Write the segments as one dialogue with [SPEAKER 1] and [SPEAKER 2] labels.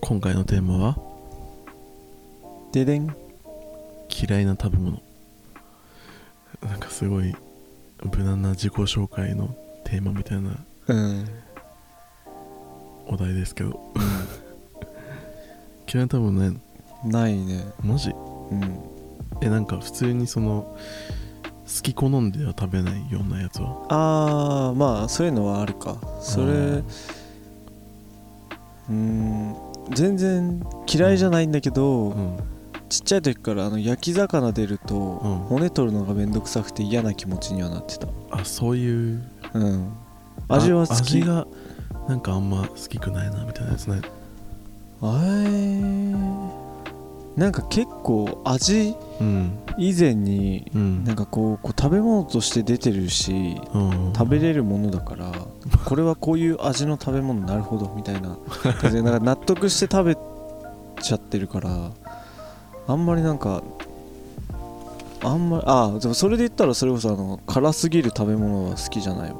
[SPEAKER 1] 今回のテーマは
[SPEAKER 2] ででん
[SPEAKER 1] 嫌いな食べ物なんかすごい無難な自己紹介のテーマみたいな
[SPEAKER 2] うん
[SPEAKER 1] お題ですけど 嫌いな食べ物ないの
[SPEAKER 2] ないね
[SPEAKER 1] マジ
[SPEAKER 2] うん
[SPEAKER 1] えなんか普通にその好き好んでは食べないようなやつは
[SPEAKER 2] あーまあそういうのはあるかそれ
[SPEAKER 1] う
[SPEAKER 2] うんん全然嫌いじゃないんだけど、
[SPEAKER 1] うん
[SPEAKER 2] ちっちゃい時からあの焼き魚出ると、
[SPEAKER 1] ん
[SPEAKER 2] 骨取るのがめんどくさくて嫌な気持ちにはなってた
[SPEAKER 1] あそういう
[SPEAKER 2] うん味は
[SPEAKER 1] あ
[SPEAKER 2] 好き
[SPEAKER 1] 味がなんかあんま好きくないなみたいなやつない
[SPEAKER 2] あえーなんか結構味
[SPEAKER 1] うん
[SPEAKER 2] 以前に
[SPEAKER 1] うん
[SPEAKER 2] なんかこうこう食べ物として出てるし
[SPEAKER 1] うん
[SPEAKER 2] 食べれるものだからこれはこういう味の食べ物なるほどみたいな感じでなんか納得して食べちゃってるからあんまりなんかあんまりあでもそれで言ったらそれこそあの辛すぎる食べ物は好きじゃないわ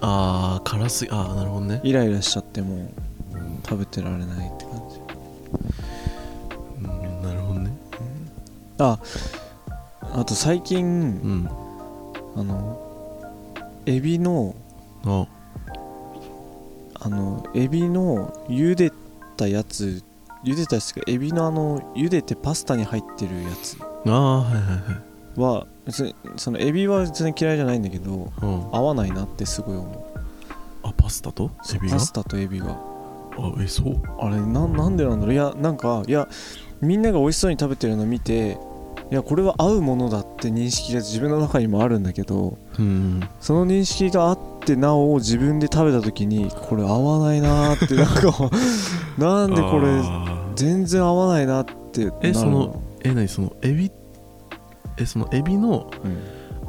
[SPEAKER 1] ああ辛すぎああなるほどね
[SPEAKER 2] イライラしちゃっても食べてられないって感じ
[SPEAKER 1] うんなるほどね
[SPEAKER 2] ああと最
[SPEAKER 1] う
[SPEAKER 2] 近
[SPEAKER 1] ん
[SPEAKER 2] あのエビの
[SPEAKER 1] あ
[SPEAKER 2] あのエビの茹でたやつ茹でたやつがエビのあの茹でてパスタに入ってるやつ
[SPEAKER 1] ああはいはい
[SPEAKER 2] は別にそのエビは別に嫌いじゃないんだけど
[SPEAKER 1] はいうん
[SPEAKER 2] 合わないなってすごい思
[SPEAKER 1] あパスタと
[SPEAKER 2] う
[SPEAKER 1] エビが
[SPEAKER 2] パスタとエビが
[SPEAKER 1] あえそう
[SPEAKER 2] あれななんでなんだろういやなんかいやみんなが美味しそうに食べてるの見ていやこれは合うものだって認識が自分の中にもあるんだけど
[SPEAKER 1] うん
[SPEAKER 2] その認識があってなお自分で食べた時にこれ合わないなーってなん かなんでこれ
[SPEAKER 1] あー
[SPEAKER 2] 全然合わないなってなる
[SPEAKER 1] えその、え何そのエビえそのエビの
[SPEAKER 2] うん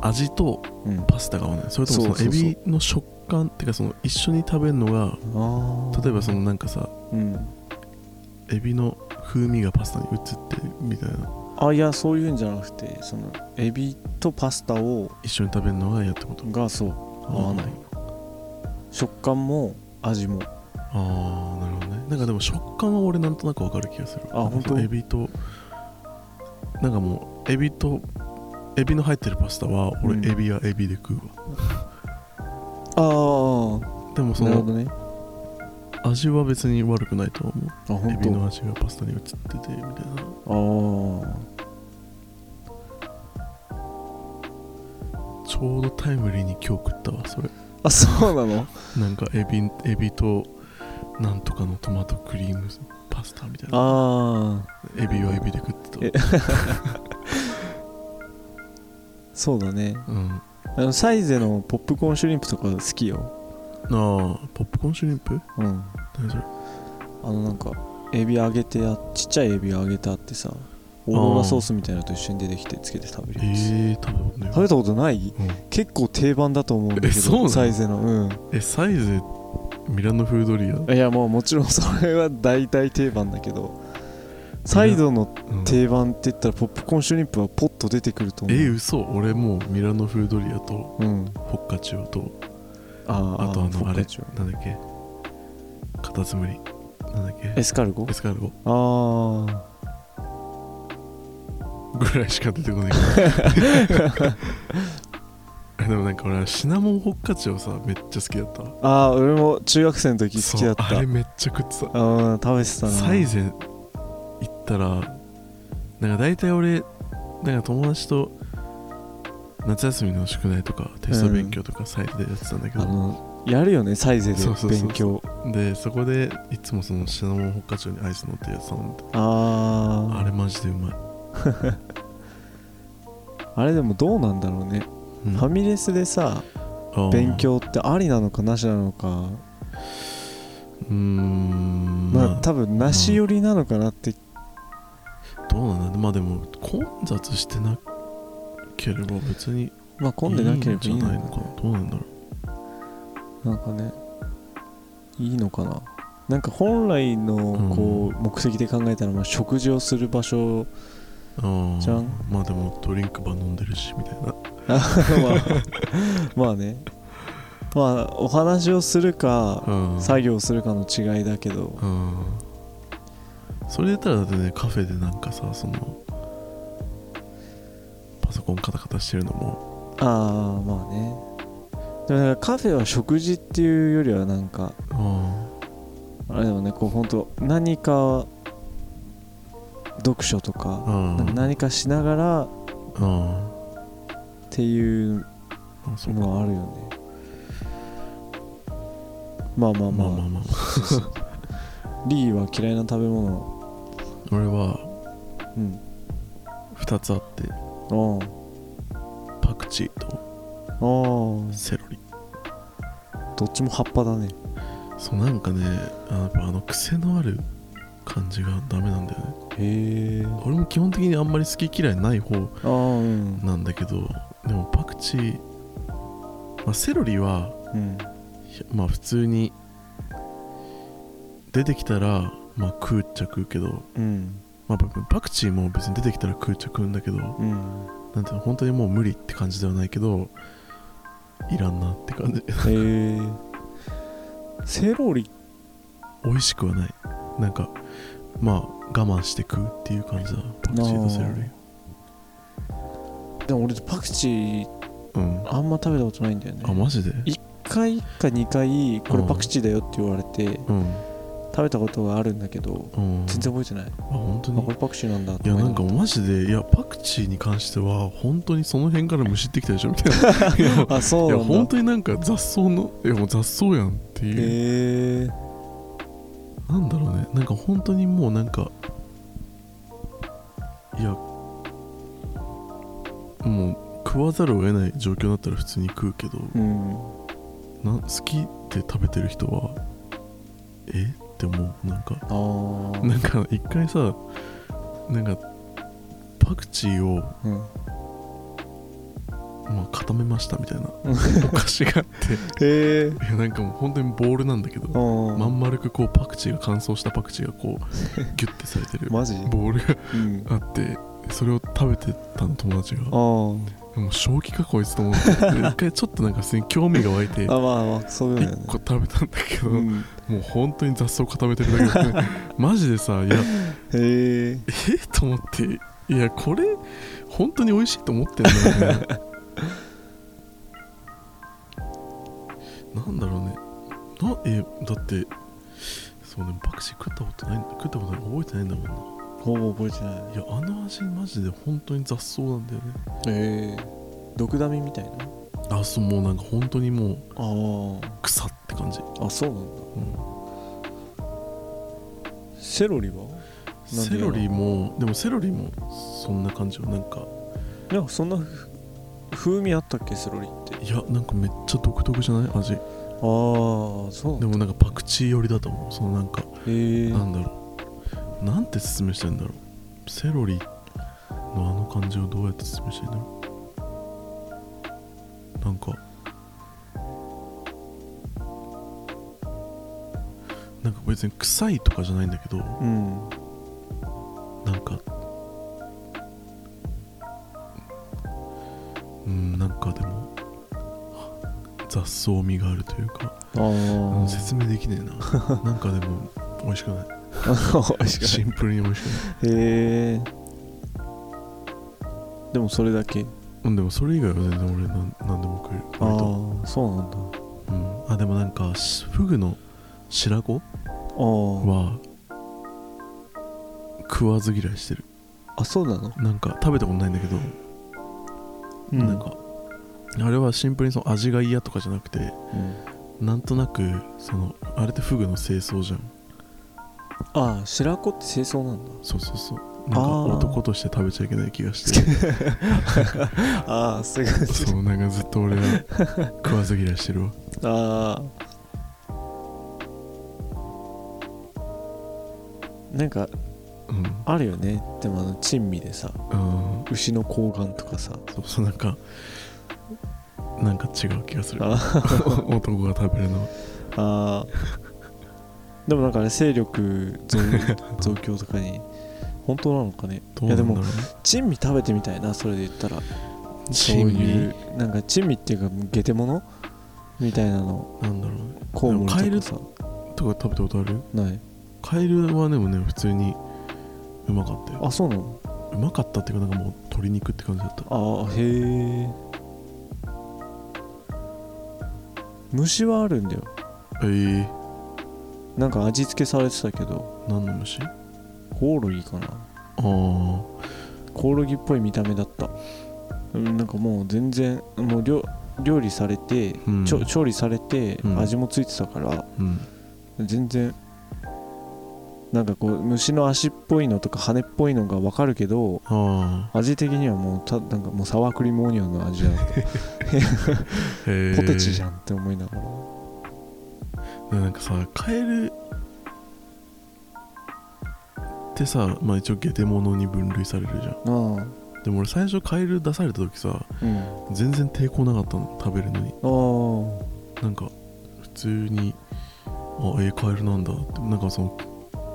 [SPEAKER 1] 味と
[SPEAKER 2] うん、あ
[SPEAKER 1] パスタが合わないそれともその
[SPEAKER 2] そうそ
[SPEAKER 1] エ
[SPEAKER 2] うそう
[SPEAKER 1] ビの食感っていうかその一緒に食べるのが
[SPEAKER 2] ー
[SPEAKER 1] 例えばそのなんかさ
[SPEAKER 2] うん
[SPEAKER 1] エビの風味がパスタに移ってるみたいな
[SPEAKER 2] あいやそういうんじゃなくてそのエビとパスタを
[SPEAKER 1] 一緒に食べるのが嫌ってこと
[SPEAKER 2] がそう合わない食感も味も
[SPEAKER 1] ああなるほどねなんかでも食感は俺なんとなくわかる気がする
[SPEAKER 2] あほんと
[SPEAKER 1] そのエビとなんかもうエビとエビの入ってるパスタは俺、
[SPEAKER 2] うん
[SPEAKER 1] エビはエビで食うわ
[SPEAKER 2] あ
[SPEAKER 1] でも
[SPEAKER 2] あ
[SPEAKER 1] そ
[SPEAKER 2] なるほ
[SPEAKER 1] の
[SPEAKER 2] どね
[SPEAKER 1] 味は別に悪くないと思
[SPEAKER 2] あ
[SPEAKER 1] うエ
[SPEAKER 2] 本
[SPEAKER 1] ビの味がパスタに移っててみたいな
[SPEAKER 2] 当。あ
[SPEAKER 1] ちょうどタイムリーに今日食ったわそれ
[SPEAKER 2] ああそうなの
[SPEAKER 1] なんかエビエビとなんとかのトマトクリームパスタみたいな
[SPEAKER 2] ああ
[SPEAKER 1] エビはエビで食って
[SPEAKER 2] え
[SPEAKER 1] た
[SPEAKER 2] そうだね
[SPEAKER 1] うんあ
[SPEAKER 2] あのサイゼのポップコーンシュリンプとか好きよ
[SPEAKER 1] あポップコーンシュリンプ
[SPEAKER 2] うん
[SPEAKER 1] 何それ
[SPEAKER 2] あのなんかエビ揚げてあちっちゃいエビ揚げてあってさオーロラソースみたいなのと一緒に出てきてつけて食べるやつ、
[SPEAKER 1] ええ食べ物ね
[SPEAKER 2] 食べたことない、
[SPEAKER 1] うん
[SPEAKER 2] 結構定番だと思うんだけ
[SPEAKER 1] えそうな
[SPEAKER 2] ど
[SPEAKER 1] の
[SPEAKER 2] サイゼのうん
[SPEAKER 1] えサイズミラノ風ドリア、
[SPEAKER 2] いやもうもちろんそれは大体定番だけどサイドの
[SPEAKER 1] うん
[SPEAKER 2] 定番って言ったらポップコーンシュリンプはポッと出てくると思う
[SPEAKER 1] え嘘俺もうミラノ風ドリアと
[SPEAKER 2] うん
[SPEAKER 1] フォッカチオと
[SPEAKER 2] あー
[SPEAKER 1] あとあの
[SPEAKER 2] フォ
[SPEAKER 1] あ
[SPEAKER 2] カ
[SPEAKER 1] れ
[SPEAKER 2] チオ
[SPEAKER 1] なんだっけカタツムリなんだっけ
[SPEAKER 2] エスカルゴ
[SPEAKER 1] エスカルゴ
[SPEAKER 2] ああ
[SPEAKER 1] ぐらいしか出て こないけどでもなんか俺はシナモンフォッカチオさめっちゃ好きだったわ
[SPEAKER 2] ああ俺も中学生の時好きだった
[SPEAKER 1] そうあれめっちゃ食ってた
[SPEAKER 2] うん食べてたな
[SPEAKER 1] サイゼ行ったらなんか大体俺なんか友達と夏休みの宿題とかテスト勉強とかサイズでやってたんだけ
[SPEAKER 2] あ
[SPEAKER 1] ど、
[SPEAKER 2] のやるよねサイゼで
[SPEAKER 1] そうそうそうそう
[SPEAKER 2] 勉強
[SPEAKER 1] でそこでいつもそのシナモンホッカチョにアイス乗ってやつ頼んで
[SPEAKER 2] あ
[SPEAKER 1] あれマジでうまい、
[SPEAKER 2] ああれでもどうなんだろうね
[SPEAKER 1] うん
[SPEAKER 2] ファミレスでさ
[SPEAKER 1] あー
[SPEAKER 2] 勉強ってありなのかなしなのか
[SPEAKER 1] うーん
[SPEAKER 2] まあ多分なし寄りなのかなって
[SPEAKER 1] どうなんだまあでも混雑してなければ別に
[SPEAKER 2] まあ混んでなければい
[SPEAKER 1] い
[SPEAKER 2] い
[SPEAKER 1] んじゃ
[SPEAKER 2] の
[SPEAKER 1] な
[SPEAKER 2] か
[SPEAKER 1] いのかなどうなんだろ
[SPEAKER 2] ななんかねいいのかななんか本来のこう目的で考えたらまあ食事をする場 所
[SPEAKER 1] うああ
[SPEAKER 2] じゃん
[SPEAKER 1] まあでもドリンクバー飲んでるしみたいな
[SPEAKER 2] あまあまあねまあお話をするか
[SPEAKER 1] うん
[SPEAKER 2] 作業をするかの違いだけど
[SPEAKER 1] うんそれで言ったらだってねカフェでなんかさそのパソコンカタカタしてるのも
[SPEAKER 2] ああまあねでもなんかカフェは食事っていうよりはなんか
[SPEAKER 1] あ
[SPEAKER 2] あれでもねこう本当何か読書と
[SPEAKER 1] あ
[SPEAKER 2] か
[SPEAKER 1] あ
[SPEAKER 2] なんか何かしながらっ
[SPEAKER 1] あ
[SPEAKER 2] ていう
[SPEAKER 1] あそうか
[SPEAKER 2] のはあるよねまあまあま
[SPEAKER 1] まあ
[SPEAKER 2] あ、
[SPEAKER 1] まあまあ
[SPEAKER 2] そうそう リーは嫌いな食べ物
[SPEAKER 1] 俺は
[SPEAKER 2] うん
[SPEAKER 1] 2つあって
[SPEAKER 2] あ
[SPEAKER 1] パクチーと
[SPEAKER 2] あああ
[SPEAKER 1] セロリ
[SPEAKER 2] どっちも葉っぱだね
[SPEAKER 1] そうなんかねあのやっぱあの癖のある感じがダメなんだよね
[SPEAKER 2] へえ
[SPEAKER 1] 俺も基本的にあんまり好き嫌いない方
[SPEAKER 2] ああうん
[SPEAKER 1] なんだけどでもパクチー、まあ、セロリは
[SPEAKER 2] うん
[SPEAKER 1] いやまあ普通に出てきたらまあ食うっちゃ食うけど、
[SPEAKER 2] うん
[SPEAKER 1] まあ、パパクチーも別に出てきたら食うっちゃ食うんだけど
[SPEAKER 2] うん
[SPEAKER 1] なんていうの本当にもう無理って感じではないけどいらんなって感じ
[SPEAKER 2] へ えセロリ
[SPEAKER 1] 美味しくはないなんかまあ我慢して食うっていう感じだパクチーとセロリ
[SPEAKER 2] でも俺パクチー
[SPEAKER 1] うん
[SPEAKER 2] あんま食べたことないんだよね
[SPEAKER 1] あマジで
[SPEAKER 2] 1回か2回これパクチーだよって言われて
[SPEAKER 1] うん
[SPEAKER 2] 食べたことがあるんだけど
[SPEAKER 1] うん
[SPEAKER 2] 全然覚えてない
[SPEAKER 1] あ本当
[SPEAKER 2] あ
[SPEAKER 1] に
[SPEAKER 2] これパクチーなんだ
[SPEAKER 1] い
[SPEAKER 2] と
[SPEAKER 1] や
[SPEAKER 2] 思
[SPEAKER 1] なん
[SPEAKER 2] な
[SPEAKER 1] か
[SPEAKER 2] がら
[SPEAKER 1] マジでいやパクチーに関しては本当にその辺からむしってきたでしょみたいない や
[SPEAKER 2] あそう
[SPEAKER 1] い
[SPEAKER 2] な
[SPEAKER 1] や
[SPEAKER 2] んだ
[SPEAKER 1] 本当になんか雑草のいやもう雑草やんって
[SPEAKER 2] へ
[SPEAKER 1] いう、
[SPEAKER 2] え
[SPEAKER 1] なんだろうねなんか本当にもうなんかいやもう食わざるを得ない状況だったら普通に食うけど、
[SPEAKER 2] うん
[SPEAKER 1] な好きで食べてる人はえって思うなんか
[SPEAKER 2] あー
[SPEAKER 1] なんか一回さなんかパクチーを、
[SPEAKER 2] うん
[SPEAKER 1] まあ、固めましたみたいなお菓子があっ
[SPEAKER 2] へえ
[SPEAKER 1] ていやなんかもう本当にボールなんだけど
[SPEAKER 2] うん
[SPEAKER 1] まん丸くこうパクチーが乾燥したパクチーが こうギュッてされてる
[SPEAKER 2] マジう
[SPEAKER 1] ボールが
[SPEAKER 2] ん
[SPEAKER 1] あってそれを食べてたの友達が
[SPEAKER 2] あー
[SPEAKER 1] もう正気かこいつと思って で一回ちょっとなんか普通に興味が湧いて
[SPEAKER 2] あまあまあそういうのよ
[SPEAKER 1] 1
[SPEAKER 2] ね
[SPEAKER 1] 個食べたんだけど、
[SPEAKER 2] うん
[SPEAKER 1] もう本当に雑草固めてるだけで マジでさいや
[SPEAKER 2] へえ
[SPEAKER 1] え と思っていやこれ本当に美味しいと思ってんだよね なんだろうねなえだってそうねパクチー食ったことない食ったことない覚えてないんだもんな
[SPEAKER 2] ほぼ覚えてない
[SPEAKER 1] やあの味マジで本当に雑草なんだよ
[SPEAKER 2] い
[SPEAKER 1] ね
[SPEAKER 2] へえ毒ダミみたいな
[SPEAKER 1] あそうもうなんか本当にもう
[SPEAKER 2] あー
[SPEAKER 1] 草って感じ、
[SPEAKER 2] あそうなんだセロリはなんで
[SPEAKER 1] セロリもでもセロリもそんな感じよなんか
[SPEAKER 2] なんかそんなふ風味あったっけセロリって
[SPEAKER 1] いやなんかめっちゃ独特じゃない
[SPEAKER 2] あ
[SPEAKER 1] 味
[SPEAKER 2] あそう
[SPEAKER 1] でもなんかパクチー寄りだと思うそのなんか
[SPEAKER 2] へえ
[SPEAKER 1] なんだろうなんて説明したいんだろうセロリのあの感じをどうやって説明したいんだろうなんかなんか別に臭いとかじゃないんだけど
[SPEAKER 2] うん
[SPEAKER 1] なんかうんなんかでも雑草味があるというか
[SPEAKER 2] あー
[SPEAKER 1] 説明できねえななんかでも美味しくない
[SPEAKER 2] 確
[SPEAKER 1] シンプルに美味しくない
[SPEAKER 2] にへえでもそれだけ
[SPEAKER 1] うんでもそれ以外は全然俺なん何でも食える
[SPEAKER 2] ああ
[SPEAKER 1] 割と
[SPEAKER 2] そうなんだ
[SPEAKER 1] うん、あでもなんかしフグの白子
[SPEAKER 2] あ
[SPEAKER 1] は食わず嫌いしてる
[SPEAKER 2] ああそうなの
[SPEAKER 1] なんか食べたことないんだけど、
[SPEAKER 2] う
[SPEAKER 1] なんかあれはシンプルにその味が嫌とかじゃなくて
[SPEAKER 2] うん
[SPEAKER 1] なんとなくそのあれってフグの清掃じゃん
[SPEAKER 2] ああ白子って清掃なんだ
[SPEAKER 1] そうそうそうなん
[SPEAKER 2] あ
[SPEAKER 1] か
[SPEAKER 2] ー
[SPEAKER 1] 男として食べちゃいけない気がして
[SPEAKER 2] ああそういう感
[SPEAKER 1] そうなんかずっと俺は食わず嫌いしてるわ
[SPEAKER 2] ああなんか
[SPEAKER 1] うん
[SPEAKER 2] あるよねでもあの珍味でさ
[SPEAKER 1] うん
[SPEAKER 2] 牛の睾丸とかさ
[SPEAKER 1] そうそうなんかなんか違う気がする
[SPEAKER 2] あ
[SPEAKER 1] 男が食べるのは
[SPEAKER 2] あーでもなんかね勢力増増強とかに本当なのかね
[SPEAKER 1] どうなんだろう
[SPEAKER 2] いや珍味食べてみたいなそれで言ったらそう
[SPEAKER 1] 珍味
[SPEAKER 2] いうなんか珍味っていうかゲテモノみたいなの
[SPEAKER 1] なんだろうね
[SPEAKER 2] コウモリ
[SPEAKER 1] で
[SPEAKER 2] と
[SPEAKER 1] も
[SPEAKER 2] かさ
[SPEAKER 1] とか食べたことある
[SPEAKER 2] ない
[SPEAKER 1] カエルはでもね普通にうまかったよ
[SPEAKER 2] あそうなの
[SPEAKER 1] うまかったっていうかなんかもう鶏肉って感じだった
[SPEAKER 2] あーへえ虫はあるんだよ
[SPEAKER 1] えー、
[SPEAKER 2] なんか味付けされてたけど
[SPEAKER 1] 何の虫あ
[SPEAKER 2] コオロギかな
[SPEAKER 1] あ
[SPEAKER 2] コオロギっぽい見た目だったうんなんかもう全然もう料料理されて、
[SPEAKER 1] うん
[SPEAKER 2] ちょ調理されて、
[SPEAKER 1] うん
[SPEAKER 2] 味もついてたから
[SPEAKER 1] うん
[SPEAKER 2] 全然なんかこう虫の足っぽいのとか羽っぽいのがわかるけど
[SPEAKER 1] あ
[SPEAKER 2] 味的にはもうたなんかもうサワークリームオニオンの味だった、
[SPEAKER 1] あへえ
[SPEAKER 2] ポテチじ
[SPEAKER 1] ゃ
[SPEAKER 2] ゃんって思いながら
[SPEAKER 1] んなんかさカエルってさまあ一応ゲテモノに分類されるじゃ
[SPEAKER 2] ああうん
[SPEAKER 1] んでも俺最初カエル出された時さ全然抵抗なかったの食べるのに
[SPEAKER 2] あー
[SPEAKER 1] なんか普通にあえー、カエルなんだってなんかその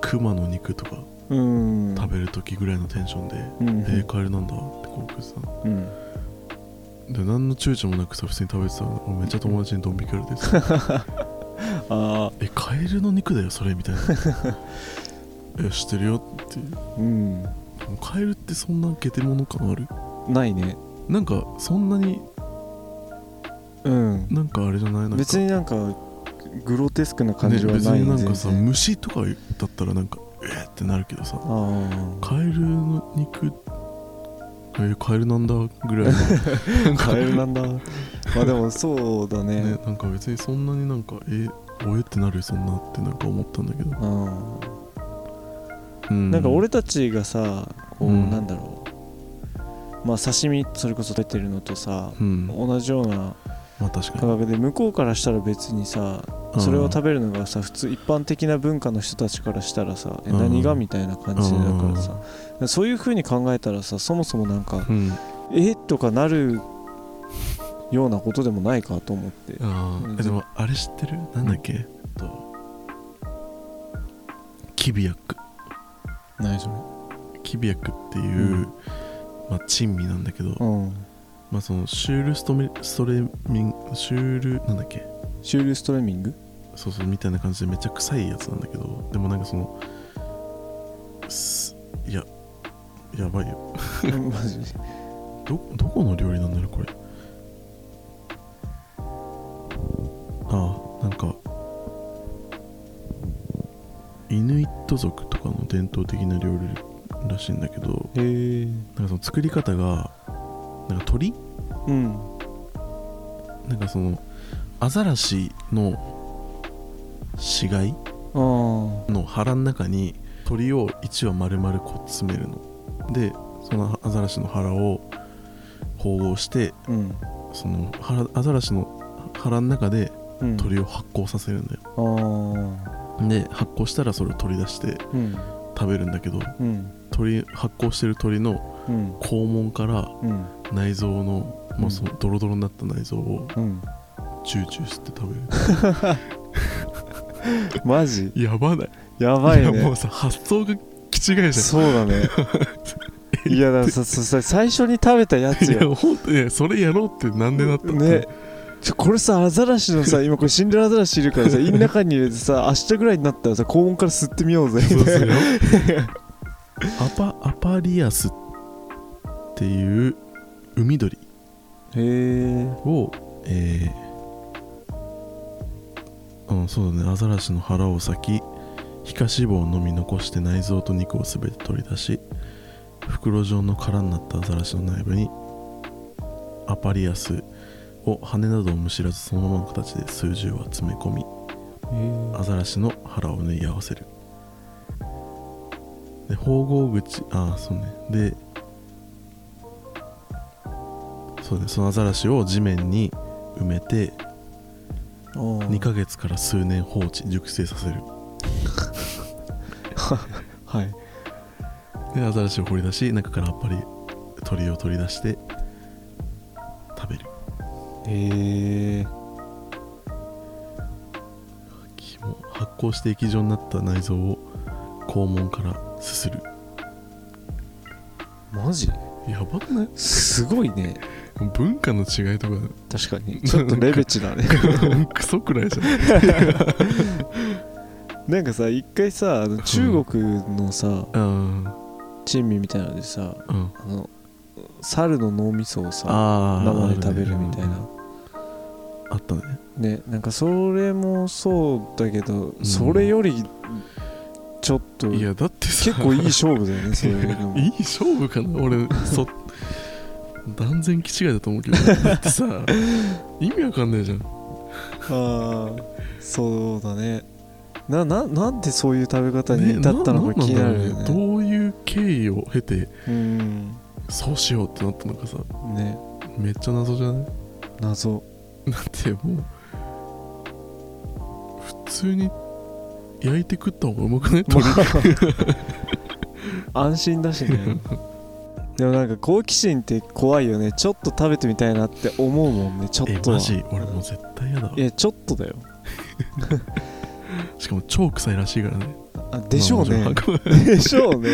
[SPEAKER 1] クマの肉とか
[SPEAKER 2] うん
[SPEAKER 1] 食べる時ぐらいのテンションで、
[SPEAKER 2] うん
[SPEAKER 1] えー、カエルなんだってこう食ってたの
[SPEAKER 2] うん
[SPEAKER 1] で何の躊躇もなくさ普通に食べてたの俺めっちゃ友達にドン引きられてさ
[SPEAKER 2] あ
[SPEAKER 1] えカエルの肉だよそれみた いなえ知ってるよっていう
[SPEAKER 2] あうん
[SPEAKER 1] カエルってそんなゲテモノ感ある
[SPEAKER 2] ないね
[SPEAKER 1] なんかそんなに
[SPEAKER 2] うん
[SPEAKER 1] なんかあれじゃないなんか
[SPEAKER 2] 別になんかグロテスクな感じは
[SPEAKER 1] ね、別
[SPEAKER 2] ない
[SPEAKER 1] に
[SPEAKER 2] ね
[SPEAKER 1] なんかさ
[SPEAKER 2] 全然
[SPEAKER 1] 虫とかだったらなんかえー、ってなるけどさ
[SPEAKER 2] あ
[SPEAKER 1] カエルの肉えー、カエルなんだぐらいのなん
[SPEAKER 2] あ
[SPEAKER 1] か
[SPEAKER 2] カエルなんだまあでもそうだね
[SPEAKER 1] ね、なんか別にそんなになんかえおえってなるそんなってなんか思ったんだけど、
[SPEAKER 2] うん
[SPEAKER 1] うん
[SPEAKER 2] なんか俺たちがさこう、
[SPEAKER 1] うん
[SPEAKER 2] なんだろうまあ刺身それこそ出てるのとさ、
[SPEAKER 1] うん
[SPEAKER 2] 同じような
[SPEAKER 1] まあ確か
[SPEAKER 2] 価
[SPEAKER 1] に
[SPEAKER 2] 格で向こうからしたら別にさ
[SPEAKER 1] うん
[SPEAKER 2] それを食べるのがさ普通一般的な文化の人たちからしたらさ、え
[SPEAKER 1] うん
[SPEAKER 2] 何がみたいな感じだからさ、そういう風に考えたらさそもそもなんか
[SPEAKER 1] うん
[SPEAKER 2] えとかなるようなことでもないかと思って
[SPEAKER 1] あ
[SPEAKER 2] うん
[SPEAKER 1] ーえでもあれ知ってるなんだっけ、えっとキビアック
[SPEAKER 2] 何それ
[SPEAKER 1] キビアックっていう、
[SPEAKER 2] うん
[SPEAKER 1] まあ珍味なんだけど、
[SPEAKER 2] うん
[SPEAKER 1] まあそのシュールストメストレミンシュールなんだっけ
[SPEAKER 2] シュールストレミ ング
[SPEAKER 1] そうそうみたいな感じでめっちゃ臭いやつなんだけどでもなんかそのすいややばいよ
[SPEAKER 2] うんマジで
[SPEAKER 1] どどこの料理なんだろうこれああなんかイヌイット族とかの伝統的な料理らしいんだけど
[SPEAKER 2] へえ
[SPEAKER 1] なんかその作り方がなんか鳥
[SPEAKER 2] うん
[SPEAKER 1] なんかそのアザラシの死骸
[SPEAKER 2] ああ
[SPEAKER 1] の腹の中に鳥を1羽丸々こう詰めるのでそのアザラシの腹を縫合して
[SPEAKER 2] うん
[SPEAKER 1] その腹アザラシの腹の中で
[SPEAKER 2] うん
[SPEAKER 1] 鳥を発酵させるんだよ、
[SPEAKER 2] ああ
[SPEAKER 1] で発酵したらそれを取り出して
[SPEAKER 2] うん
[SPEAKER 1] 食べるんだけど
[SPEAKER 2] うん
[SPEAKER 1] 鳥発酵してる鳥の
[SPEAKER 2] うん
[SPEAKER 1] 肛門から
[SPEAKER 2] うん
[SPEAKER 1] 内臓の,、
[SPEAKER 2] う
[SPEAKER 1] ま
[SPEAKER 2] ん
[SPEAKER 1] あ、そのドロドロになった内臓を
[SPEAKER 2] うん
[SPEAKER 1] チューチュー吸って食べる
[SPEAKER 2] マジ
[SPEAKER 1] やばない
[SPEAKER 2] やばい
[SPEAKER 1] やも
[SPEAKER 2] ね
[SPEAKER 1] うさ発想が気違いじゃん
[SPEAKER 2] そうだね いやだからさささ最初に食べたやつ
[SPEAKER 1] いや
[SPEAKER 2] よ
[SPEAKER 1] ほんとねそれやろうってなんでなったの
[SPEAKER 2] ねちょこれさアザラシのさ今これ死んでるアザラシいるから さ胃の中に入れてさ明日ぐらいになったらさ肛門から吸ってみようぜ
[SPEAKER 1] そう
[SPEAKER 2] み
[SPEAKER 1] そ
[SPEAKER 2] たいうな
[SPEAKER 1] よ アパアパリアスっていう海鳥
[SPEAKER 2] へえ
[SPEAKER 1] をえーうんそうだねアザラシの腹を裂き皮下脂肪のみ残して内臓と肉を全て取り出し袋状の殻になったアザラシの内部にアパリアスを羽などをむしらずそのままの形で数十羽詰め込みアザラシの腹を縫い合わせるで縫合口ああそうねでそうねそのアザラシを地面に埋めて2ヶ月から数年放置熟成させる
[SPEAKER 2] はい
[SPEAKER 1] でアザラシを掘り出し中からやっぱり鳥を取り出して食べる
[SPEAKER 2] へえ
[SPEAKER 1] 肝発酵して液状になった内臓を肛門からすする
[SPEAKER 2] マジ
[SPEAKER 1] やばくない
[SPEAKER 2] すごいね
[SPEAKER 1] 文化の違いとか
[SPEAKER 2] 確かにちょっとレベチだね
[SPEAKER 1] クソくらいじゃない
[SPEAKER 2] なんかさ一回さあの中国のさ
[SPEAKER 1] うん
[SPEAKER 2] 珍味みたいなのでさ
[SPEAKER 1] うん
[SPEAKER 2] あの猿の脳みそをさ
[SPEAKER 1] あー
[SPEAKER 2] 生で食べるみたい
[SPEAKER 1] うん
[SPEAKER 2] な
[SPEAKER 1] あったね
[SPEAKER 2] ねなんかそれもそうだけど
[SPEAKER 1] ん
[SPEAKER 2] それよりちょっと
[SPEAKER 1] い
[SPEAKER 2] 結
[SPEAKER 1] やだってさ
[SPEAKER 2] 構いい勝負だ よねそういうのも
[SPEAKER 1] いい勝負かな俺そ断然気違いだと思うけどだってさ意味わかんないじゃん
[SPEAKER 2] ああそうだねなななんでそういう食べ方に至ったのか
[SPEAKER 1] ね
[SPEAKER 2] 気になるよ
[SPEAKER 1] んだろう
[SPEAKER 2] ね
[SPEAKER 1] どういう経緯を経て
[SPEAKER 2] うん
[SPEAKER 1] そうしようってなったのかさ
[SPEAKER 2] ね
[SPEAKER 1] めっちゃ謎じゃない
[SPEAKER 2] 謎
[SPEAKER 1] だってもう普通に焼いて食った方がうまくない
[SPEAKER 2] まあ 安心だしねでもなんか好奇心って怖いよねちょっと食べてみたいなって思うもんねちょっ
[SPEAKER 1] え
[SPEAKER 2] とは
[SPEAKER 1] マジ俺もう絶対嫌だわ
[SPEAKER 2] いやちょっとだよ
[SPEAKER 1] しかも超臭いらしいからね
[SPEAKER 2] あでしょうね
[SPEAKER 1] まあもちろん
[SPEAKER 2] でしょうねだ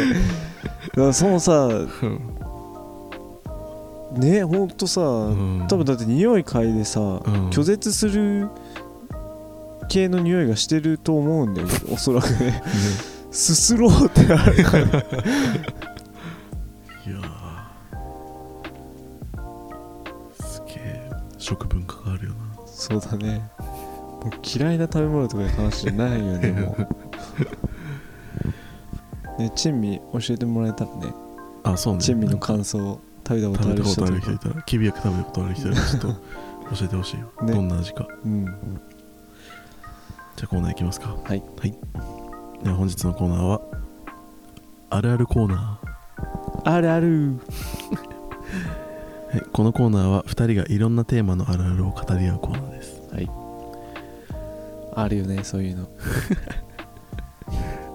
[SPEAKER 2] からそのさ
[SPEAKER 1] うん
[SPEAKER 2] ねほんとさ、
[SPEAKER 1] うん
[SPEAKER 2] 多分だって匂い嗅いでさ、
[SPEAKER 1] うん
[SPEAKER 2] 拒絶する系の匂いがしてると思うんだよねおそらく ね
[SPEAKER 1] ね
[SPEAKER 2] すすろうってあるから
[SPEAKER 1] いやーすげえ食文化があるよな
[SPEAKER 2] そうだねもう嫌いな食べ物とかいう話じゃない よねもうね珍味教えてもらえたらね
[SPEAKER 1] あそうね
[SPEAKER 2] 珍味の感想を食べたこと
[SPEAKER 1] 食
[SPEAKER 2] あ
[SPEAKER 1] べ
[SPEAKER 2] る人とか
[SPEAKER 1] たことある人いたらきびやく食べたことある人いたらちょっと教えてほ しいよ、
[SPEAKER 2] ね
[SPEAKER 1] どんな味か
[SPEAKER 2] うん
[SPEAKER 1] じゃあコーナーいきますか
[SPEAKER 2] はい、
[SPEAKER 1] はい、では本日のコーナーはあるあるコーナ
[SPEAKER 2] あるある
[SPEAKER 1] ーはいこのコーナーは2人がいろんなテーマのあるあるを語り合うコーナーです
[SPEAKER 2] あるよねそういうの
[SPEAKER 1] ね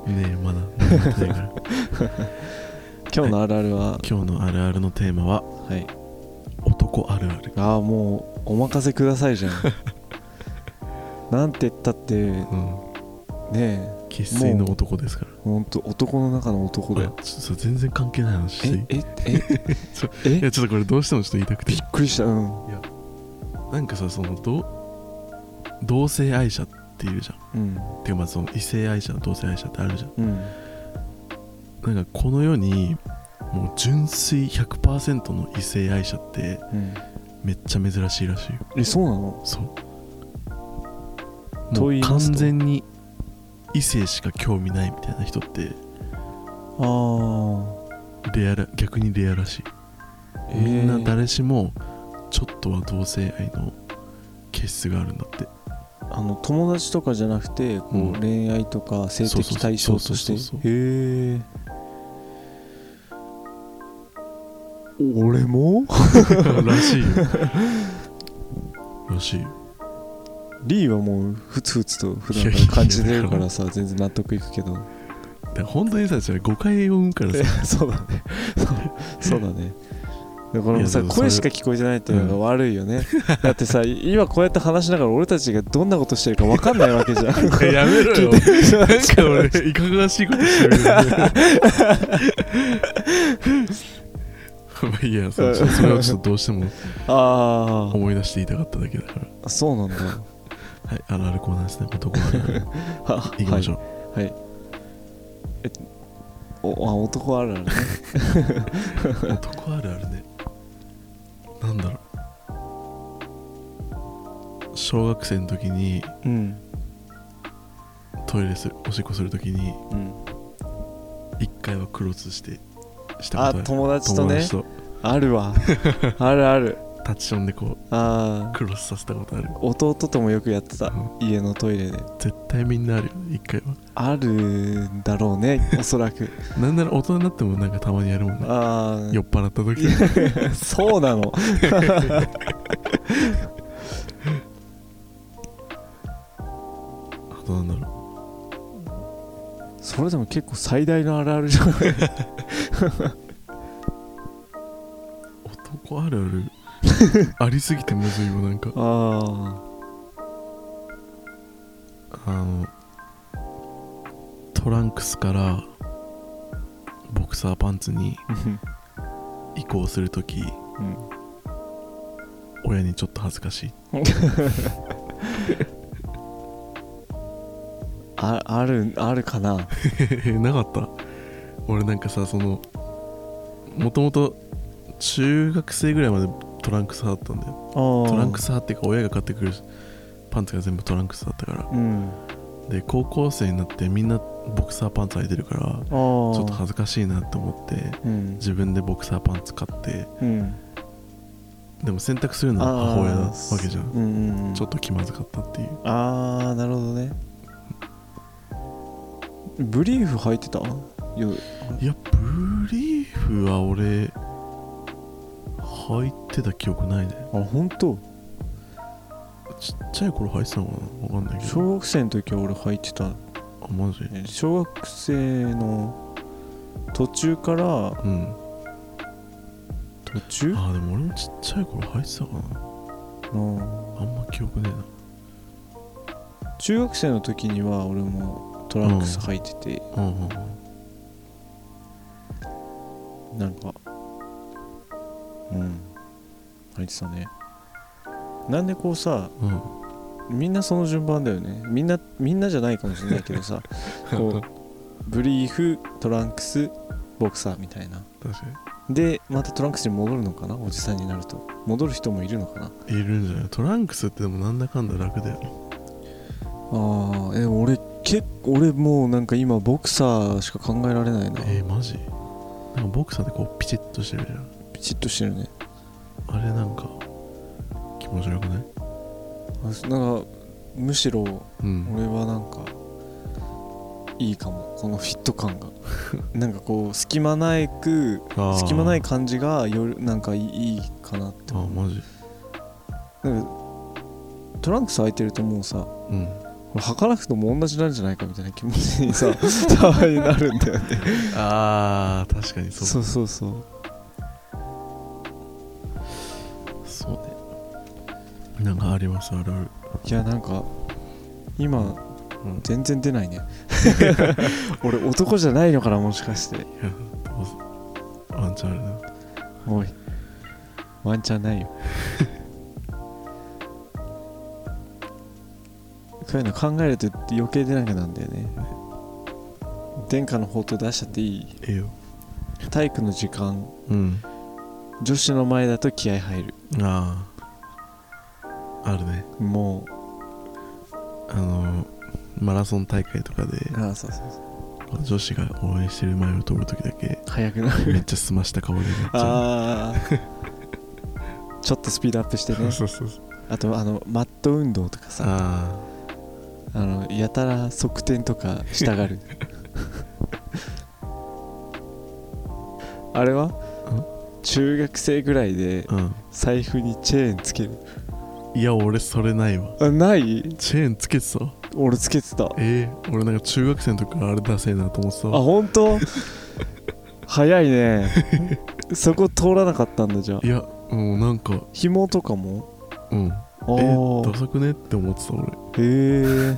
[SPEAKER 1] えまだまだやってない から
[SPEAKER 2] 今日のあるあるは、
[SPEAKER 1] 今日のあるあるのテーマは
[SPEAKER 2] はい
[SPEAKER 1] 男あるある
[SPEAKER 2] ああもうお任せくださいじ ゃんなんて言ったってね
[SPEAKER 1] うん
[SPEAKER 2] え
[SPEAKER 1] 生粋の男ですから
[SPEAKER 2] ほんと男の中の男だよ
[SPEAKER 1] あちょっとそれ全然関係ない話していい
[SPEAKER 2] えええ
[SPEAKER 1] そう
[SPEAKER 2] え
[SPEAKER 1] いやちょっとこれどうしてもちょっと言いたくて
[SPEAKER 2] びっくりしたうん
[SPEAKER 1] なんかさそのど同性愛者っているじゃん
[SPEAKER 2] うん
[SPEAKER 1] ていうかまあその異性愛者同性愛者ってあるじゃ
[SPEAKER 2] うん
[SPEAKER 1] んなんかこの世にもう純粋100%の異性愛者って
[SPEAKER 2] うん
[SPEAKER 1] めっちゃ珍しいらしいよ
[SPEAKER 2] えそうなのと言
[SPEAKER 1] そうもう
[SPEAKER 2] いま
[SPEAKER 1] 完
[SPEAKER 2] すと
[SPEAKER 1] 全に異性しか興味ないみたいな人って
[SPEAKER 2] あ
[SPEAKER 1] レアら逆にレアらしい
[SPEAKER 2] あ
[SPEAKER 1] みんな誰しもちょっとは同性愛の気質があるんだって
[SPEAKER 2] あの友達とかじゃなくてこう、
[SPEAKER 1] うん
[SPEAKER 2] 恋愛とか性
[SPEAKER 1] そうそうそ
[SPEAKER 2] 的
[SPEAKER 1] う
[SPEAKER 2] 対象として
[SPEAKER 1] そうそうそう
[SPEAKER 2] へえ俺も
[SPEAKER 1] らしいよらしいよ
[SPEAKER 2] リーはもうふつふつと普段から感じてるからさ全然納得いくけど
[SPEAKER 1] だから本当にさそれ誤解を生むから さ
[SPEAKER 2] そうだねそうだねだからもうさ
[SPEAKER 1] いやでもそれ
[SPEAKER 2] 声しか聞こえてないっていうのが悪いよね、だってさ今こうやって話しながら俺たちがどんなことしてるか分かんないわけじ ゃん
[SPEAKER 1] やめろよ
[SPEAKER 2] 聞いてる人
[SPEAKER 1] な
[SPEAKER 2] た
[SPEAKER 1] ん
[SPEAKER 2] ち
[SPEAKER 1] から俺いかがわしいことしてるよねま あいいやそうちょっとそれはちょっとどうしても
[SPEAKER 2] あ
[SPEAKER 1] 思い出して言いたかっただけだから
[SPEAKER 2] あそう なんだ
[SPEAKER 1] はいあるあるコーナーですね男あるある
[SPEAKER 2] は
[SPEAKER 1] 行きましょう、
[SPEAKER 2] はい。え、おあ男あるあるね。
[SPEAKER 1] 男あるあるねなんだろう小学生の時に
[SPEAKER 2] うん。
[SPEAKER 1] トイレするおしっこする時に
[SPEAKER 2] うん、
[SPEAKER 1] 一回はクロスしてした
[SPEAKER 2] あ、
[SPEAKER 1] ことある
[SPEAKER 2] 友達とね。
[SPEAKER 1] 友達
[SPEAKER 2] ある わ。あるある。
[SPEAKER 1] とタッチションでこ
[SPEAKER 2] あ
[SPEAKER 1] うクロスさせたことある
[SPEAKER 2] あ、弟ともよくやってた。家のトイレで。
[SPEAKER 1] 絶対みんなあるよね一回は
[SPEAKER 2] あるんだろうね、 おそらく。
[SPEAKER 1] なんなら大人になってもなんかたまにやるもんね
[SPEAKER 2] あ
[SPEAKER 1] 酔っ払った 時
[SPEAKER 2] あ、そうなの。
[SPEAKER 1] あとなんだろう
[SPEAKER 2] そそれでも結構最大のあるあるじゃ ん
[SPEAKER 1] 男ある あるありすぎてむずいよなんか
[SPEAKER 2] あ
[SPEAKER 1] あのトランクスからボクサーパンツに
[SPEAKER 2] あ
[SPEAKER 1] 移行する時
[SPEAKER 2] うん
[SPEAKER 1] 親にちょっと恥ずかしい
[SPEAKER 2] ああるあるかな
[SPEAKER 1] えなかった 俺なんかさそのもともと中学生ぐらいまでトランクス派だったんだよ
[SPEAKER 2] ト
[SPEAKER 1] トランクス派っていうか親が買ってくるパンツが全部トランクスだったから
[SPEAKER 2] うん
[SPEAKER 1] で高校生になってみんなボクサーパンツ履いてるから
[SPEAKER 2] あー
[SPEAKER 1] ちょっと恥ずかしいなと思って
[SPEAKER 2] うん
[SPEAKER 1] 自分でボクサーパンツ買って
[SPEAKER 2] うん
[SPEAKER 1] でも洗濯するのは母親なわけじゃん
[SPEAKER 2] うんうんうん
[SPEAKER 1] ちょっと気まずかったっていう
[SPEAKER 2] ああなるほどねブリーフ履いてたよ
[SPEAKER 1] いやブリーフは俺履いてた記憶ないね
[SPEAKER 2] あ本当
[SPEAKER 1] ちっちゃい頃履いてたのかなわかんないけど
[SPEAKER 2] 小学生の時は俺履いてた
[SPEAKER 1] あマジ
[SPEAKER 2] ね小学生の途中から
[SPEAKER 1] うん
[SPEAKER 2] 途中
[SPEAKER 1] あでも俺もちっちゃい頃履いてたかな
[SPEAKER 2] の
[SPEAKER 1] あんま記憶ね
[SPEAKER 2] 中学生の時には俺もトランクス履いてて、
[SPEAKER 1] えなうんうんうん
[SPEAKER 2] なんかうん履いてたねなんでこうさ
[SPEAKER 1] うん
[SPEAKER 2] みんなその順番だよねみんなみんなじゃないかもしれないけどさこうブリーフトランクスボクサーみたいな
[SPEAKER 1] 確か
[SPEAKER 2] でまたトランクスに戻るのかなおじさんになると戻る人もいるのかな
[SPEAKER 1] にいるんじゃないトランクスってでもなんだかんだ楽だよね
[SPEAKER 2] ああえ俺結構俺もうなんか今ボクサーしか考えられないな
[SPEAKER 1] えー、マジなんかボクサーってこうピチッとしてるじゃん
[SPEAKER 2] ピチッとしてるね
[SPEAKER 1] あれなんか気持ちよくない
[SPEAKER 2] あそなんかむしろ
[SPEAKER 1] うん
[SPEAKER 2] 俺はなんかいいかもこのフィット感 がなんかこう隙間ないく
[SPEAKER 1] あー
[SPEAKER 2] 隙間ない感じがよりなんかいいいいかなって
[SPEAKER 1] あマジ
[SPEAKER 2] なんかトランクス履いてるともうさ
[SPEAKER 1] うん
[SPEAKER 2] これ履かなくても同じなんじゃないかみたいな気持ちに さたまになるんだよね
[SPEAKER 1] あー確かにそう
[SPEAKER 2] そうそうそう
[SPEAKER 1] そうねなんかありますあるある
[SPEAKER 2] いやなんか今
[SPEAKER 1] うん
[SPEAKER 2] 全然出ない ね俺男じゃないのかなもしかして
[SPEAKER 1] いやどうぞワンチャンあるな
[SPEAKER 2] おいワンチャンないよそういうの考えると余計出なくなるんだよね殿下の宝刀出しちゃっていい
[SPEAKER 1] ええよ
[SPEAKER 2] 体育の時間
[SPEAKER 1] うん
[SPEAKER 2] 女子の前だと気合入る
[SPEAKER 1] あああるね
[SPEAKER 2] もう
[SPEAKER 1] あのマラソン大会とかで
[SPEAKER 2] ああそうそうそう
[SPEAKER 1] 女子が応援してる前を通るときだけ
[SPEAKER 2] 早くな
[SPEAKER 1] め
[SPEAKER 2] る
[SPEAKER 1] っちゃ澄ました顔でめっちゃ
[SPEAKER 2] ああちょっとスピードアップして ね
[SPEAKER 1] そうそうそう
[SPEAKER 2] あとあのマット運動とかさ
[SPEAKER 1] あ
[SPEAKER 2] あのやたら側転とかしたがるあれは中学生ぐらいで
[SPEAKER 1] あうん
[SPEAKER 2] 財布にチェーンつける
[SPEAKER 1] いや俺それないわ
[SPEAKER 2] あない
[SPEAKER 1] チェーンつけてたわ
[SPEAKER 2] 俺つけてたあ
[SPEAKER 1] ええ俺なんか中学生の時からあれダセえなと思ってたわ
[SPEAKER 2] 本当早いね そこ通らなかったんだじゃあ
[SPEAKER 1] いやもうなんか
[SPEAKER 2] 紐とかも
[SPEAKER 1] うん
[SPEAKER 2] あ
[SPEAKER 1] え
[SPEAKER 2] あ
[SPEAKER 1] ダサくねって思ってた俺
[SPEAKER 2] へえ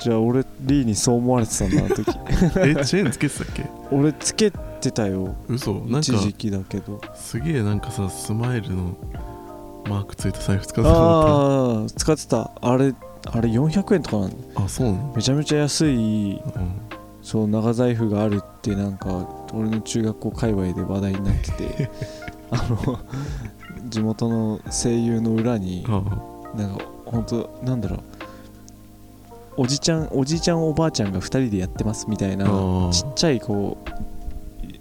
[SPEAKER 2] じゃあ俺リーにそう思われてたんだあの 時
[SPEAKER 1] えチェーンつけてたっけ
[SPEAKER 2] 俺つけてたよ
[SPEAKER 1] 嘘なん
[SPEAKER 2] 一
[SPEAKER 1] か
[SPEAKER 2] 時期だけど
[SPEAKER 1] すげえなんかさスマイルのマークついた財布使ってたの
[SPEAKER 2] ああ使ってたあれあれ400円とかなんだ
[SPEAKER 1] ああそうなの
[SPEAKER 2] めちゃめちゃ安い
[SPEAKER 1] うん
[SPEAKER 2] そう長財布があるってなんか俺の中学校界隈で話題になってて あの地元の声優の裏に
[SPEAKER 1] あ
[SPEAKER 2] なんか本当なんだろうおじちゃんおじいちゃんおばあちゃんが2人でやってますみたいな
[SPEAKER 1] あー
[SPEAKER 2] ちっちゃいこうい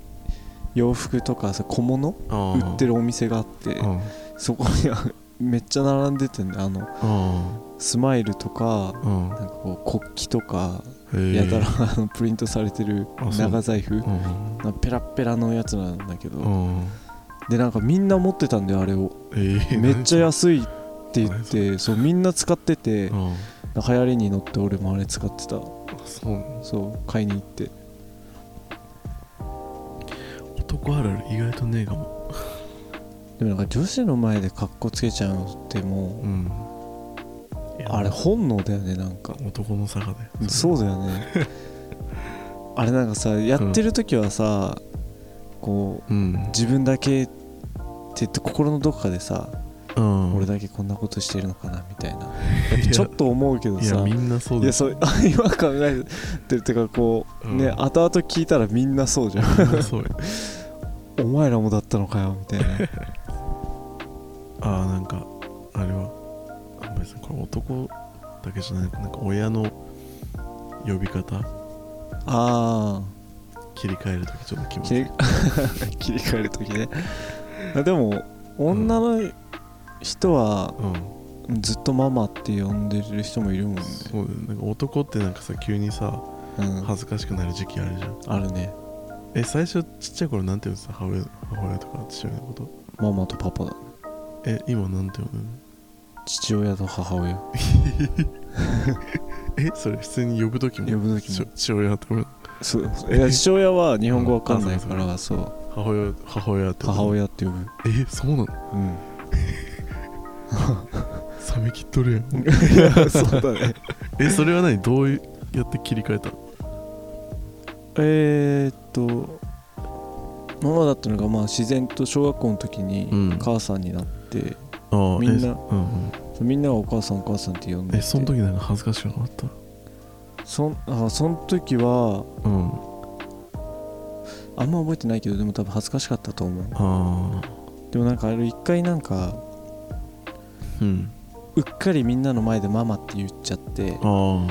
[SPEAKER 2] 洋服とかさ小物
[SPEAKER 1] あ
[SPEAKER 2] 売って
[SPEAKER 1] る
[SPEAKER 2] るお店があって
[SPEAKER 1] あ
[SPEAKER 2] そこにあ めっちゃ並んでてねあの
[SPEAKER 1] あ
[SPEAKER 2] スマイルとか
[SPEAKER 1] あうん
[SPEAKER 2] なんかこう国旗とか
[SPEAKER 1] へえ
[SPEAKER 2] やたら、あのプリントされてる
[SPEAKER 1] あそう
[SPEAKER 2] 長財布
[SPEAKER 1] うん
[SPEAKER 2] なんかペラッペラのやつなんだけど、
[SPEAKER 1] うん
[SPEAKER 2] でなんかみんな持ってたんだよあれを
[SPEAKER 1] ええ
[SPEAKER 2] めっちゃ
[SPEAKER 1] や
[SPEAKER 2] 安いって言ってそうみんな使ってて
[SPEAKER 1] うん
[SPEAKER 2] 流行りに乗って俺もあれ使ってた
[SPEAKER 1] あそうなの
[SPEAKER 2] そう買いに行って
[SPEAKER 1] 男あるある意外とねえかも
[SPEAKER 2] でもなんか女子の前で格好つけちゃうのっても
[SPEAKER 1] うんいうや
[SPEAKER 2] あれ本能だよねなんか
[SPEAKER 1] 男の差がね
[SPEAKER 2] そうだよ ねあれなんかさやってる時はさ、こう
[SPEAKER 1] うん
[SPEAKER 2] 自分だけって言って心のどこかでさ、
[SPEAKER 1] うん
[SPEAKER 2] 俺だけこんなことしてるのかなみたいなやっ
[SPEAKER 1] い
[SPEAKER 2] ぱ
[SPEAKER 1] や
[SPEAKER 2] ちょっと思うけど
[SPEAKER 1] いや
[SPEAKER 2] さ
[SPEAKER 1] みんなそう
[SPEAKER 2] い
[SPEAKER 1] だ
[SPEAKER 2] や
[SPEAKER 1] よ
[SPEAKER 2] そう 今考えてるっていうかこう、
[SPEAKER 1] うん
[SPEAKER 2] ね後々聞いたらみんなそうじゃん
[SPEAKER 1] みんなそうよ
[SPEAKER 2] お前らもだったのかよみたいな
[SPEAKER 1] ああなんかあれはあ別にこれ男だけじゃないなんか親の呼び方
[SPEAKER 2] あ
[SPEAKER 1] 切り替えるときちょっと気
[SPEAKER 2] あ切
[SPEAKER 1] 持ちい
[SPEAKER 2] り 切り替える時ねあでも女の人は
[SPEAKER 1] うん
[SPEAKER 2] ずっとママって呼んでる人もいるもんね、
[SPEAKER 1] そうだよなんか男ってなんかさ急にさ
[SPEAKER 2] うん、
[SPEAKER 1] 恥ずかしくなる時期あるじゃん
[SPEAKER 2] あるね
[SPEAKER 1] え最初ちっちゃい頃なんて言うんですか母親母親とか父親のこと
[SPEAKER 2] ママとパパだ
[SPEAKER 1] え今なんて呼ぶの
[SPEAKER 2] 父親と母親
[SPEAKER 1] えそれ普通に呼ぶときも
[SPEAKER 2] 呼ぶ時
[SPEAKER 1] ちょ
[SPEAKER 2] も
[SPEAKER 1] 父親って呼ぶ
[SPEAKER 2] そうい や父親は日本語わかんないか
[SPEAKER 1] う
[SPEAKER 2] らそう
[SPEAKER 1] 母親母親って呼ぶ
[SPEAKER 2] 母親って呼ぶ
[SPEAKER 1] えそうなの
[SPEAKER 2] うん
[SPEAKER 1] 冷めきっとるやん
[SPEAKER 2] いや そうだね
[SPEAKER 1] えそれは何どういうやって切り替えたの
[SPEAKER 2] えーっとママだったのがまあ自然と小学校の時
[SPEAKER 1] う
[SPEAKER 2] に
[SPEAKER 1] ん
[SPEAKER 2] 母さんになって、
[SPEAKER 1] ああ
[SPEAKER 2] みんな
[SPEAKER 1] えうんうん
[SPEAKER 2] みんながお母さんお母さんって呼んでて
[SPEAKER 1] えその時なんか恥ずかしくなかった
[SPEAKER 2] そんあその時は
[SPEAKER 1] うん
[SPEAKER 2] あんま覚えてないけどでも多分恥ずかしかったと思う
[SPEAKER 1] ああ
[SPEAKER 2] でもなんかあれ一回なんか
[SPEAKER 1] うん
[SPEAKER 2] うっかりみんなの前でママって言っちゃって
[SPEAKER 1] ああ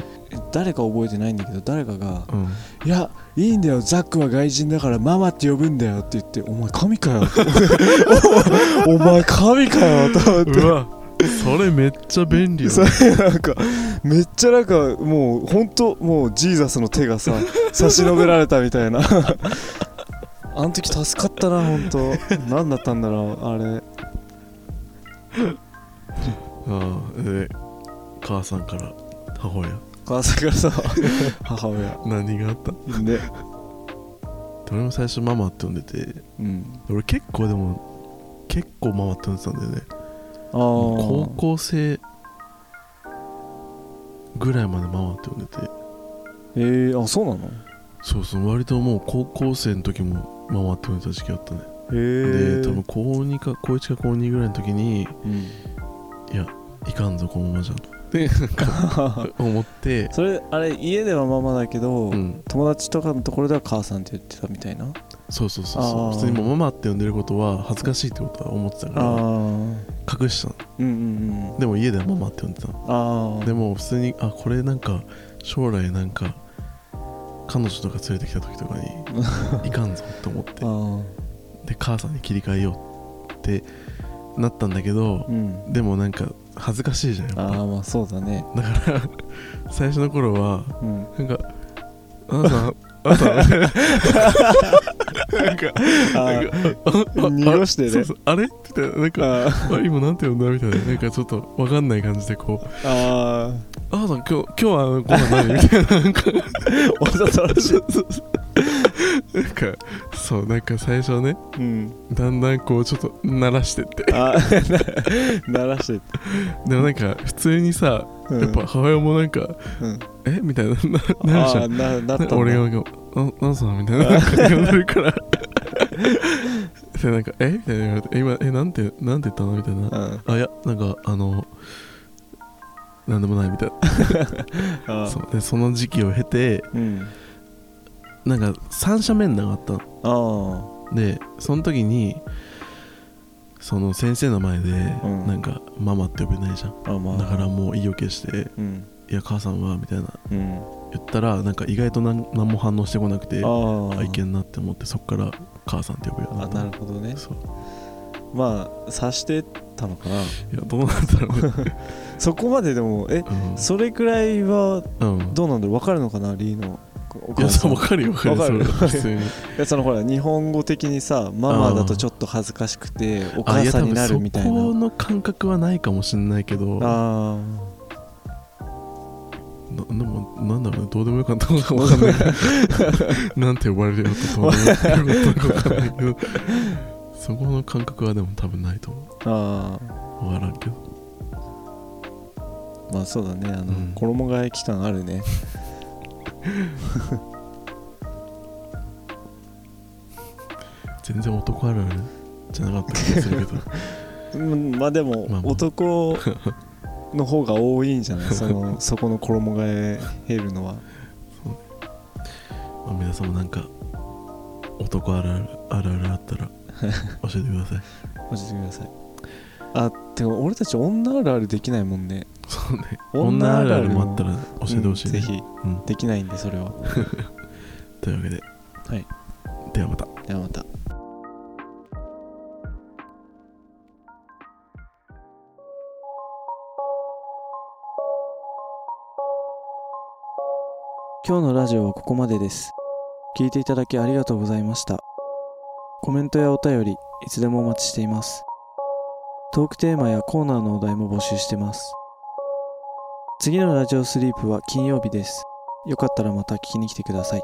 [SPEAKER 2] 誰か覚えてないんだけど誰かが
[SPEAKER 1] うん
[SPEAKER 2] 「いやいいんだよザックは外人だからママって呼ぶんだよ」って言って「お前神かよ」 おお前神かよ」と思って
[SPEAKER 1] うわそれめっちゃ便利よ
[SPEAKER 2] それなんかめっちゃなんかもうほんともうジーザスの手がさ差し伸べられたみたいなあの時助かったなほんと何だったんだろうあれ
[SPEAKER 1] ああで母さんから母親
[SPEAKER 2] 母さんからさ母親
[SPEAKER 1] 何があった
[SPEAKER 2] で
[SPEAKER 1] 俺も最初ママって呼んでて
[SPEAKER 2] うん
[SPEAKER 1] 俺結構でも結構ママって呼んでたんだよね
[SPEAKER 2] ああ
[SPEAKER 1] 高校生ぐらいまでママって呼んでて
[SPEAKER 2] えー、あそうなの
[SPEAKER 1] そうそう割ともう高校生の時もママって呼んでた時期あったね
[SPEAKER 2] へえ
[SPEAKER 1] で多分高2か高1か高2ぐらいの時に
[SPEAKER 2] うん、
[SPEAKER 1] いかんぞこのままじゃんって 思って、
[SPEAKER 2] それあれ家ではママだけど、
[SPEAKER 1] うん、
[SPEAKER 2] 友達とかのところでは母さんって言ってたみたいな
[SPEAKER 1] そうそうそう
[SPEAKER 2] あ
[SPEAKER 1] そ
[SPEAKER 2] ー
[SPEAKER 1] う普通にもうママって呼んでることは恥ずかしいってことは思ってた
[SPEAKER 2] ああ
[SPEAKER 1] か
[SPEAKER 2] うん
[SPEAKER 1] ら隠してた
[SPEAKER 2] うんうん
[SPEAKER 1] のでも家ではママって呼んでたの
[SPEAKER 2] ああ
[SPEAKER 1] でも普通にあこれなんか将来なんか彼女とか連れてきた時とか にいかんぞって思って
[SPEAKER 2] あー
[SPEAKER 1] で母さんに切り替えようってなったんだけど
[SPEAKER 2] うん
[SPEAKER 1] でもなんか恥ずかしいじゃんやっ
[SPEAKER 2] ああ
[SPEAKER 1] ぱ
[SPEAKER 2] まあそうだね
[SPEAKER 1] だから最初の頃は
[SPEAKER 2] うん
[SPEAKER 1] なんか、あなた、あなた、なんか、
[SPEAKER 2] あ
[SPEAKER 1] なん
[SPEAKER 2] ー
[SPEAKER 1] か、あああ
[SPEAKER 2] 濁してね
[SPEAKER 1] そうそうあれって言って、なんか、
[SPEAKER 2] あ
[SPEAKER 1] あ今なんて呼んだみたいな、なんかちょっとわかんない感じで、こう、
[SPEAKER 2] あ
[SPEAKER 1] あなた、今日、今日はご飯何みたいな、なんか、
[SPEAKER 2] ーわざとらしい
[SPEAKER 1] なんか、そう、なんか最初はね、
[SPEAKER 2] うん
[SPEAKER 1] だんだんこう、ちょっと鳴らしてって、
[SPEAKER 2] あー な鳴らしてっ
[SPEAKER 1] でもなんか、普通にさ、
[SPEAKER 2] て
[SPEAKER 1] やっぱ母親もなんか、
[SPEAKER 2] うん
[SPEAKER 1] えみたいな、な
[SPEAKER 2] うん
[SPEAKER 1] なるじゃ
[SPEAKER 2] あ
[SPEAKER 1] ん。
[SPEAKER 2] ーななったんだ
[SPEAKER 1] 俺がなんかあ「なんすか?」みたいななんか呼んでるから でなんか「えみたいな言われてえ「今えなんてなんて言ったの?」みたいな
[SPEAKER 2] うん
[SPEAKER 1] 「あいやなんかあのなんでもない」みたい
[SPEAKER 2] あ
[SPEAKER 1] な
[SPEAKER 2] ー
[SPEAKER 1] そうでその時期を経て
[SPEAKER 2] うん
[SPEAKER 1] なんか三者面談があったの
[SPEAKER 2] あー
[SPEAKER 1] でその時にその先生の前で、
[SPEAKER 2] うん
[SPEAKER 1] なんか「ママ」って呼べないじゃん
[SPEAKER 2] あまあ
[SPEAKER 1] だからもう意を決して
[SPEAKER 2] うん
[SPEAKER 1] 「いや母さんは」みたいな
[SPEAKER 2] うん
[SPEAKER 1] 言ったらなんか意外と何何も反応してこなくて
[SPEAKER 2] あー
[SPEAKER 1] あいけんなって思ってそっから母さんって呼ぶようにな
[SPEAKER 2] あ
[SPEAKER 1] った
[SPEAKER 2] なるほどね
[SPEAKER 1] そう
[SPEAKER 2] まあ察してたのかない
[SPEAKER 1] やどうなんだろうね
[SPEAKER 2] そこまででもえ それくらいは
[SPEAKER 1] うん、うん、
[SPEAKER 2] どうなんだろう分かるのかなリーのお
[SPEAKER 1] い
[SPEAKER 2] 母
[SPEAKER 1] や
[SPEAKER 2] さ
[SPEAKER 1] そ
[SPEAKER 2] ん
[SPEAKER 1] う
[SPEAKER 2] い
[SPEAKER 1] 分かるよ分かるよ
[SPEAKER 2] わかる
[SPEAKER 1] それは普通に
[SPEAKER 2] やそのほら日本語的にさママだとちょっと恥ずかしくてお
[SPEAKER 1] あ
[SPEAKER 2] 母さんになるみたい
[SPEAKER 1] や多分
[SPEAKER 2] な
[SPEAKER 1] そこの感覚はないかもしれないけど
[SPEAKER 2] あ
[SPEAKER 1] なでもなんだろうねどうでもよかったのかわかんない なんて呼ばれるよとどうでもよかったのかわかんないけどそこの感覚はでも多分ないと思
[SPEAKER 2] ああ
[SPEAKER 1] うわからんけど
[SPEAKER 2] まあそうだねあの、
[SPEAKER 1] うん
[SPEAKER 2] 衣替え期間あるね
[SPEAKER 1] 全然男あるあるじゃなかった気がするけど
[SPEAKER 2] うんまあでも、
[SPEAKER 1] まあまあ
[SPEAKER 2] 男の方が多いんじゃないそのそこの衣替え減るのは
[SPEAKER 1] まあ皆さんもなんか男あるあるあるあるあ ったら教えてくださ
[SPEAKER 2] 教え
[SPEAKER 1] い
[SPEAKER 2] てくださいあてか俺たち女あるあるできないもんね
[SPEAKER 1] そうね
[SPEAKER 2] 女
[SPEAKER 1] 女
[SPEAKER 2] あ
[SPEAKER 1] あ
[SPEAKER 2] る
[SPEAKER 1] る
[SPEAKER 2] あ
[SPEAKER 1] あ
[SPEAKER 2] る
[SPEAKER 1] る
[SPEAKER 2] も
[SPEAKER 1] もあったら教えてほしい、ね
[SPEAKER 2] うんぜひ
[SPEAKER 1] うん
[SPEAKER 2] できないんでそれは
[SPEAKER 1] というわけで、
[SPEAKER 2] はい、
[SPEAKER 1] ではまた
[SPEAKER 2] ではまた今日のラジオはここまでです聞いていただきありがとうございましたコメントやお便りいつでもお待ちしていますトークテーマやコーナーのお題も募集してます次のラジオスリープは金曜日ですよかったらまた聞きに来てください